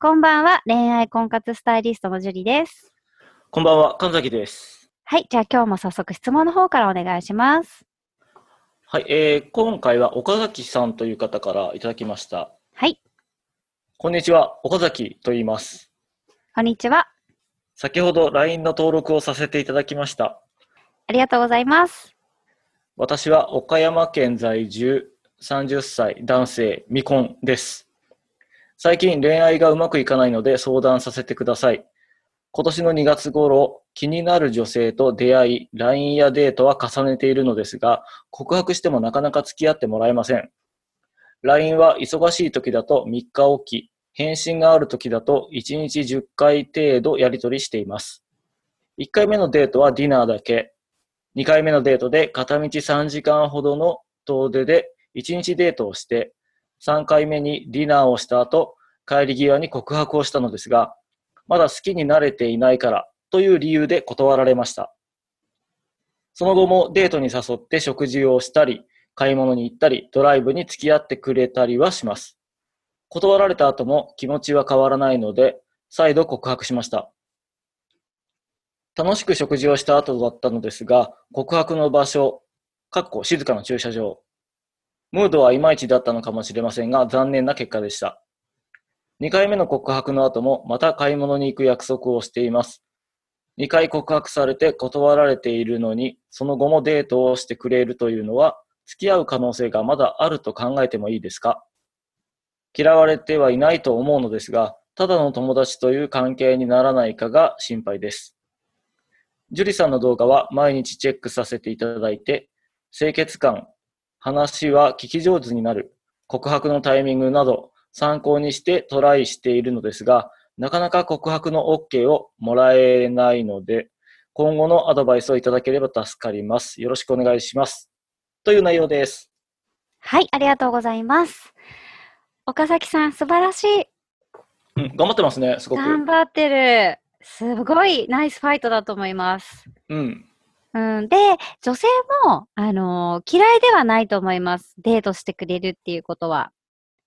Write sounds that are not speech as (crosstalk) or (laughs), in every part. こんばんは、恋愛婚活スタイリストのジュリです。こんばんは、神崎です。はい、じゃあ今日も早速質問の方からお願いします。はい、えー、今回は岡崎さんという方からいただきました。はい、こんにちは、岡崎と言います。こんにちは。先ほど LINE の登録をさせていただきました。ありがとうございます。私は岡山県在住、30歳、男性、未婚です。最近恋愛がうまくいかないので相談させてください。今年の2月頃、気になる女性と出会い、LINE やデートは重ねているのですが、告白してもなかなか付き合ってもらえません。LINE は忙しい時だと3日おき、返信がある時だと1日10回程度やり取りしています。1回目のデートはディナーだけ、2回目のデートで片道3時間ほどの遠出で1日デートをして、3回目にディナーをした後、帰り際に告白をしたのですが、まだ好きになれていないからという理由で断られました。その後もデートに誘って食事をしたり、買い物に行ったり、ドライブに付き合ってくれたりはします。断られた後も気持ちは変わらないので、再度告白しました。楽しく食事をした後だったのですが、告白の場所、かっこ静かな駐車場。ムードはいまいちだったのかもしれませんが、残念な結果でした。2回目の告白の後も、また買い物に行く約束をしています。2回告白されて断られているのに、その後もデートをしてくれるというのは、付き合う可能性がまだあると考えてもいいですか嫌われてはいないと思うのですが、ただの友達という関係にならないかが心配です。ジュリさんの動画は毎日チェックさせていただいて、清潔感、話は聞き上手になる、告白のタイミングなど参考にしてトライしているのですが、なかなか告白の OK をもらえないので、今後のアドバイスをいただければ助かります。よろしくお願いします。という内容です。はい、ありがとうございます。岡崎さん、素晴らしい。うん、頑張ってますね、すごく。頑張ってる。すごいナイスファイトだと思います。うん。うん、で、女性も、あのー嫌いではないと思います。デートしてくれるっていうことは。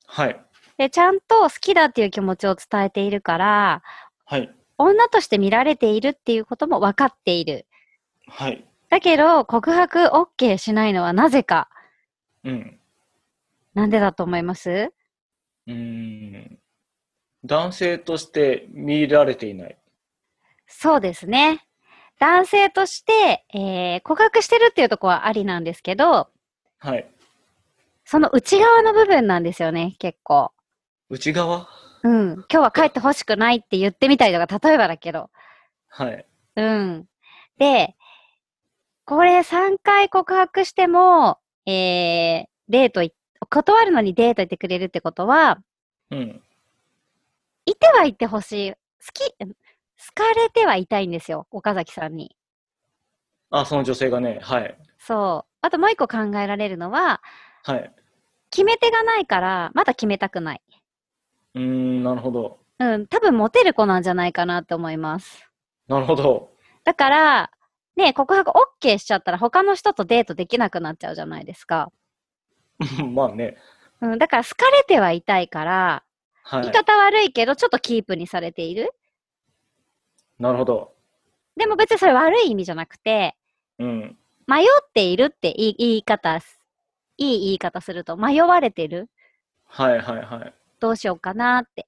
はい。で、ちゃんと好きだっていう気持ちを伝えているから、はい。女として見られているっていうことも分かっている。はい。だけど、告白 OK しないのはなぜか。うん。なんでだと思いますうーん。男性として見られていない。そうですね。男性として、えー告白してるっていうとこはありなんですけど、はい。その内側の部分なんですよね、結構。内側うん。今日は帰ってほしくないって言ってみたりとか、例えばだけど。はい。うん。で、これ3回告白しても、えー、デートい、断るのにデート行ってくれるってことは、うん。いてはいてほしい。好き、うん好かれてはいたいんですよ、岡崎さんに。あ、その女性がね、はい。そう。あともう一個考えられるのは、はい。決め手がないから、まだ決めたくない。うーん、なるほど。うん、多分モテる子なんじゃないかなって思います。なるほど。 (laughs) だから、ね、告白 OK しちゃったら他の人とデートできなくなっちゃうじゃないですか。まあね。うん、だから好かれてはいたいから、は言いい。方悪いけど、ちょっとキープにされている。なるほど。でも別にそれ悪い意味じゃなくて、うん。迷っているって言い言い方す、いい言い方すると、迷われてるはいはいはい。どうしようかなって。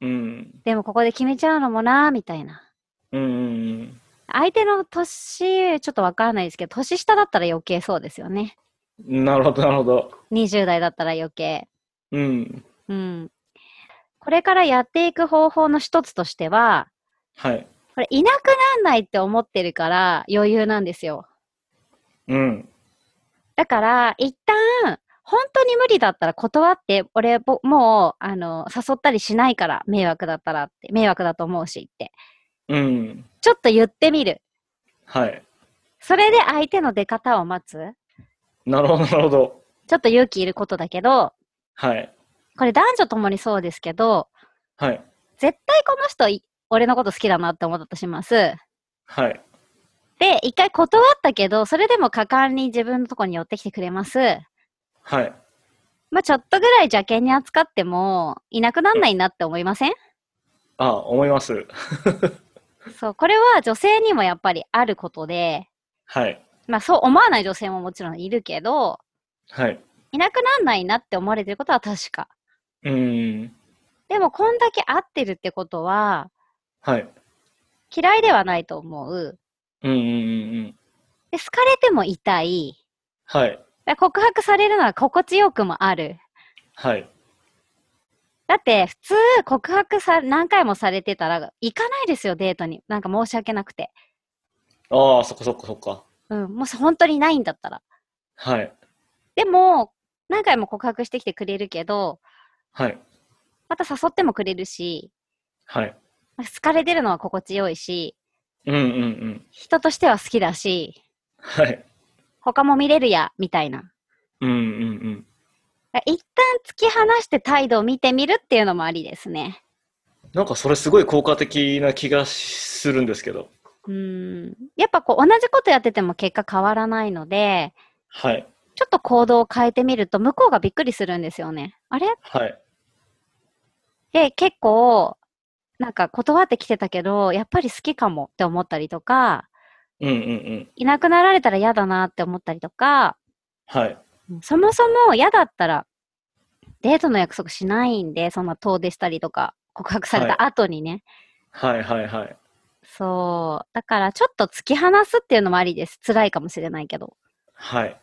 うん。でもここで決めちゃうのもなーみたいな。うんうんうん。相手の年、ちょっとわからないですけど、年下だったら余計そうですよね。なるほど、なるほど。 20代だったら余計。うん。うん。これからやっていく方法の一つとしては、はい。これいなくなんないって思ってるから余裕なんですよ。うん。だから、一旦、本当に無理だったら断って、俺、ぼもう、あの、誘ったりしないから、迷惑だったらって、迷惑だと思うしって。うん。ちょっと言ってみる。はい。それで相手の出方を待つ。なるほど、なるほど。ちょっと勇気いることだけど、はい。これ男女ともにそうですけど、はい。絶対この人い、俺のこと好きだなって思ったとします。はい。で、一回断ったけど、それでも果敢に自分のとこに寄ってきてくれます。はい。まあ、ちょっとぐらい邪険に扱っても、いなくなんないなって思いませんあ、思います。そう、これは女性にもやっぱりあることで、はい。まあそう思わない女性ももちろんいるけど、はい。いなくなんないなって思われてることは確か。うーん。でもこんだけ合ってるってことは、はい。嫌いではないと思う。うんうんうんうん。で、好かれても痛い。はい。で告白されるのは心地よくもある。はい。だって、普通、告白さ、何回もされてたら、行かないですよ、デートに。なんか申し訳なくて。ああ、そっかそっかそっか。うん、もし本当にないんだったら。はい。でも、何回も告白してきてくれるけど、はい。また誘ってもくれるし、はい。好かれてるのは心地よいし、うんうんうん。人としては好きだし、はい。他も見れるや、みたいな。うんうんうん。一旦突き放して態度を見てみるっていうのもありですね。なんかそれすごい効果的な気がするんですけど。うん。やっぱこう、同じことやってても結果変わらないので、はい。ちょっと行動を変えてみると、向こうがびっくりするんですよね。あれはい。で、結構、なんか断ってきてたけど、やっぱり好きかもって思ったりとか、うんうんうん。いなくなられたら嫌だなって思ったりとか、はい。そもそも嫌だったら、デートの約束しないんで、そんな遠出したりとか、告白された後にね。はいはいはい。そう。だから、ちょっと突き放すっていうのもありです。辛いかもしれないけど。はい。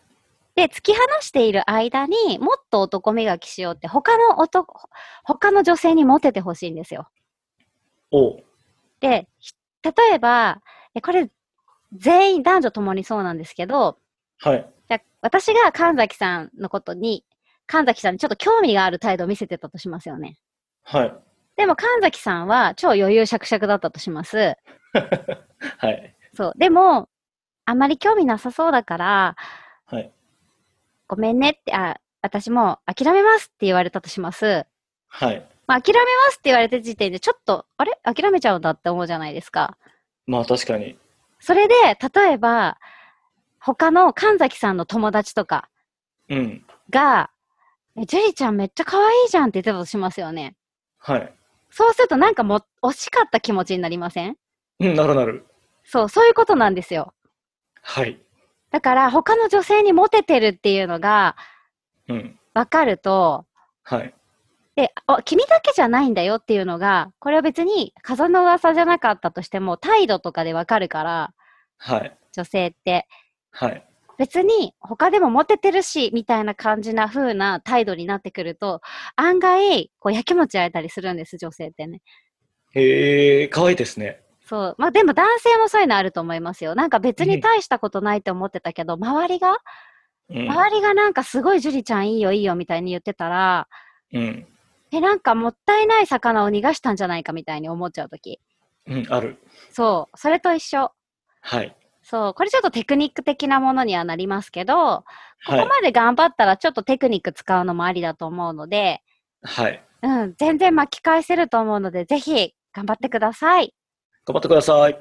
で、突き放している間にもっと男磨きしようって、他の男、他の女性にモテてほしいんですよ。おう。で、ひ例えば、えこれ、全員男女ともにそうなんですけど、はい。じゃあ私が神崎さんのことに、神崎さんにちょっと興味がある態度を見せてたとしますよね。はい。 (laughs) でも神崎さんは超余裕しゃくしゃくだったとします。はい。そう。でも、あんまり興味なさそうだから、はい。ごめんねって、あ、私もう諦めますって言われたとします。はい。まあ、諦めますって言われた時点で、ちょっと、あれ諦めちゃうんだって思うじゃないですか。まあ確かに。それで、例えば、他の神崎さんの友達とかうん。が、えジェリちゃんめっちゃ可愛いじゃんって言ってたとしますよね。はい。そうするとなんかもう惜しかった気持ちになりませんうん、なるなる。そう、そういうことなんですよ。はい。だから他の女性にモテてるっていうのがうん。分かると、はい。で、あ君だけじゃないんだよっていうのが、これは別に風の噂じゃなかったとしても、態度とかで分かるから、はい。女性って。はい。別に他でもモテてるしみたいな感じな風な態度になってくると案外こうやきもちあえたりするんです女性ってねへえー、可愛いですね。そうまあでも男性もそういうのあると思いますよなんか別うんに大したことないと思ってたけど、周りがうん。周りがなんかすごい樹里ちゃんいいよいいよみたいに言ってたらうん。えなんかもったいない魚を逃がしたんじゃないかみたいに思っちゃう時うん、ある。そうそれと一緒はい。そうこれちょっとテクニック的なものにはなりますけどこはこい。まで頑張ったらちょっとテクニック使うのもありだと思うので、はい。うん、全然巻き返せると思うので、ぜひ頑張ってください。頑張ってください。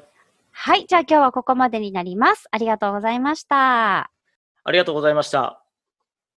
はい、じゃあ今日はここまでになります。ありがとうございました。ありがとうございました。